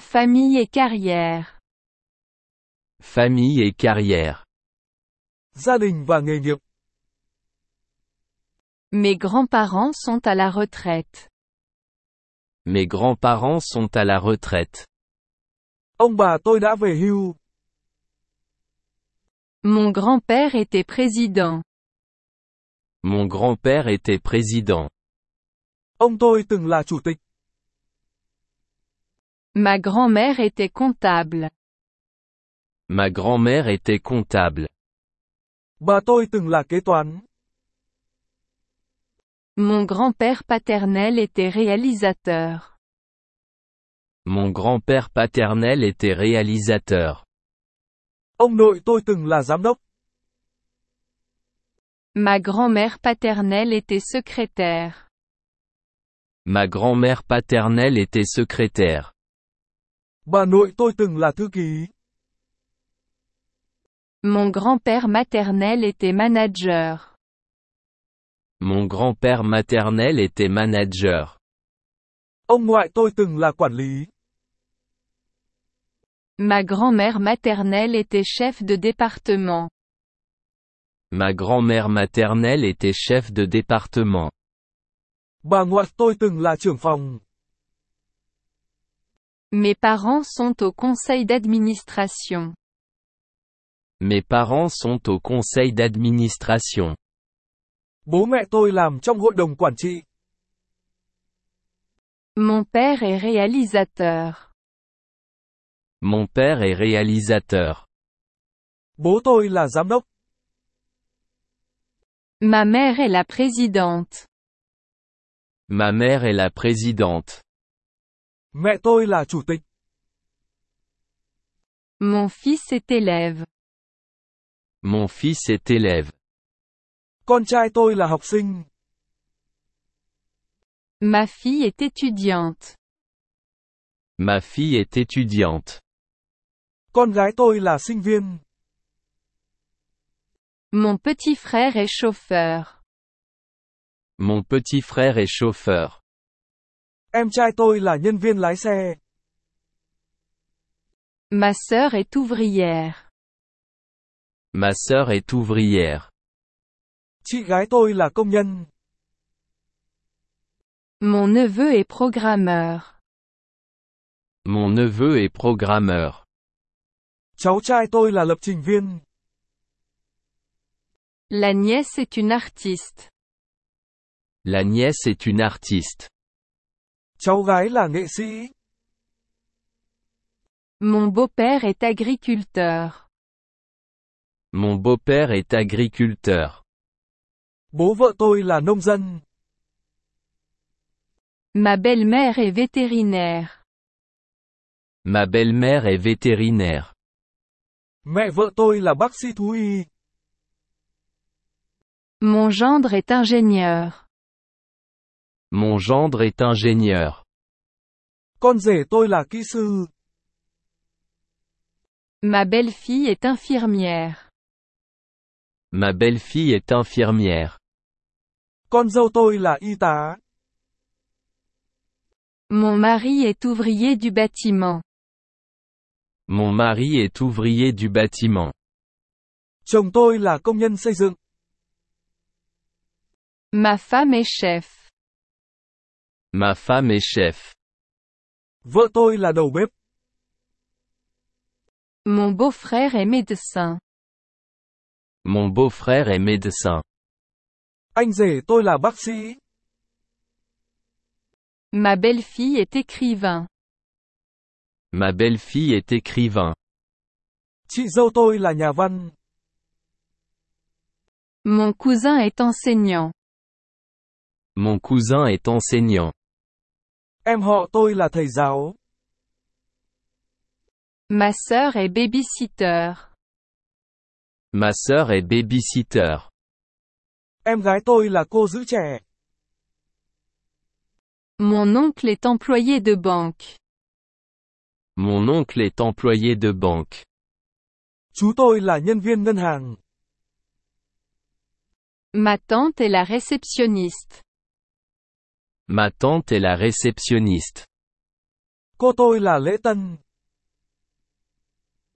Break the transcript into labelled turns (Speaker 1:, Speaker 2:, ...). Speaker 1: Famille et carrière.
Speaker 2: Famille et carrière.
Speaker 3: gia đình và nghề nghiệp.
Speaker 1: Mes grands-parents sont à la retraite.
Speaker 2: Mes grands-parents sont à la retraite.
Speaker 3: Ông bà tôi đã về hưu.
Speaker 1: Mon grand-père était président.
Speaker 2: Mon grand-père était président.
Speaker 3: Ông tôi từng là chủ tịch.
Speaker 1: Ma grand-mère était comptable.
Speaker 2: Ma grand-mère était comptable.
Speaker 3: Bà tôi từng là kế toán.
Speaker 1: Mon grand-père paternel était réalisateur.
Speaker 2: Mon grand-père paternel était réalisateur.
Speaker 3: Ông nội tôi từng là giám đốc.
Speaker 1: Ma grand-mère paternelle était secrétaire.
Speaker 2: Ma grand-mère paternelle était secrétaire.
Speaker 3: Bà nội tôi từng là thư ký.
Speaker 1: Mon grand-père maternel était manager.
Speaker 2: Mon grand-père maternel était manager.
Speaker 3: Ông ngoại tôi từng là quản lý.
Speaker 1: Ma grand-mère maternelle était chef de département.
Speaker 2: Ma grand-mère maternelle était chef de département.
Speaker 3: Bà ngoại tôi từng là trưởng phòng.
Speaker 1: Mes parents sont au conseil d'administration.
Speaker 2: Mes parents sont au conseil d'administration.
Speaker 3: Bố mẹ tôi làm trong hội đồng quản trị.
Speaker 1: Mon père est réalisateur.
Speaker 2: Mon père est réalisateur.
Speaker 3: Bố tôi là giám đốc.
Speaker 1: Ma mère est la présidente.
Speaker 2: Ma mère est la présidente.
Speaker 3: Mẹ tôi là chủ tịch.
Speaker 1: Mon fils est élève.
Speaker 2: Mon fils est élève.
Speaker 3: Con trai tôi là học sinh.
Speaker 1: Ma fille est étudiante.
Speaker 2: Ma fille est étudiante.
Speaker 3: Con gái tôi là sinh viên.
Speaker 1: Mon petit frère est chauffeur.
Speaker 2: Mon petit frère est chauffeur.
Speaker 3: Em trai tôi là nhân viên lái xe.
Speaker 1: Ma sœur est ouvrière.
Speaker 2: Ma sœur est ouvrière.
Speaker 3: Chị gái tôi là công nhân.
Speaker 1: Mon neveu est programmeur.
Speaker 2: Mon neveu est programmeur.
Speaker 3: Cháu trai tôi là lập trình viên.
Speaker 1: La nièce est une artiste.
Speaker 2: La nièce est une artiste.
Speaker 3: Cháu gái là nghệ sĩ.
Speaker 1: Mon beau-père est agriculteur.
Speaker 2: Mon beau-père est agriculteur.
Speaker 3: Bố vợ tôi là nông dân.
Speaker 1: Ma belle-mère est vétérinaire.
Speaker 2: Ma belle-mère est vétérinaire.
Speaker 3: Mẹ vợ tôi là bác sĩ thú y.
Speaker 1: Mon gendre est ingénieur.
Speaker 2: Mon gendre est ingénieur.
Speaker 3: Con rể tôi là kỹ sư.
Speaker 1: Ma belle-fille est infirmière.
Speaker 2: Ma belle-fille est infirmière.
Speaker 3: Con dâu tôi là y tá.
Speaker 1: Mon mari est ouvrier du bâtiment.
Speaker 2: Mon mari est ouvrier du bâtiment.
Speaker 3: Chồng tôi là công nhân xây dựng.
Speaker 1: Ma femme est chef.
Speaker 2: Ma femme est chef.
Speaker 3: Vợ tôi là đầu bếp.
Speaker 1: Mon beau-frère est médecin.
Speaker 2: Mon beau-frère est médecin.
Speaker 3: Anh rể tôi là bác sĩ.
Speaker 1: Ma belle-fille est écrivain.
Speaker 2: Ma belle-fille est écrivain.
Speaker 3: Chị dâu tôi là nhà văn.
Speaker 1: Mon cousin est enseignant.
Speaker 2: Mon cousin est enseignant.
Speaker 3: Em họ tôi là thầy giáo.
Speaker 1: Ma sœur est babysitter.
Speaker 2: Ma sœur est babysitter.
Speaker 3: Em gái tôi là cô giữ trẻ.
Speaker 1: Mon oncle est employé de banque.
Speaker 2: Mon oncle est employé de banque.
Speaker 3: Chú tôi là nhân viên ngân hàng.
Speaker 1: Ma tante est la réceptionniste.
Speaker 2: Ma tante est la réceptionniste.
Speaker 3: Cô tôi là lễ tân.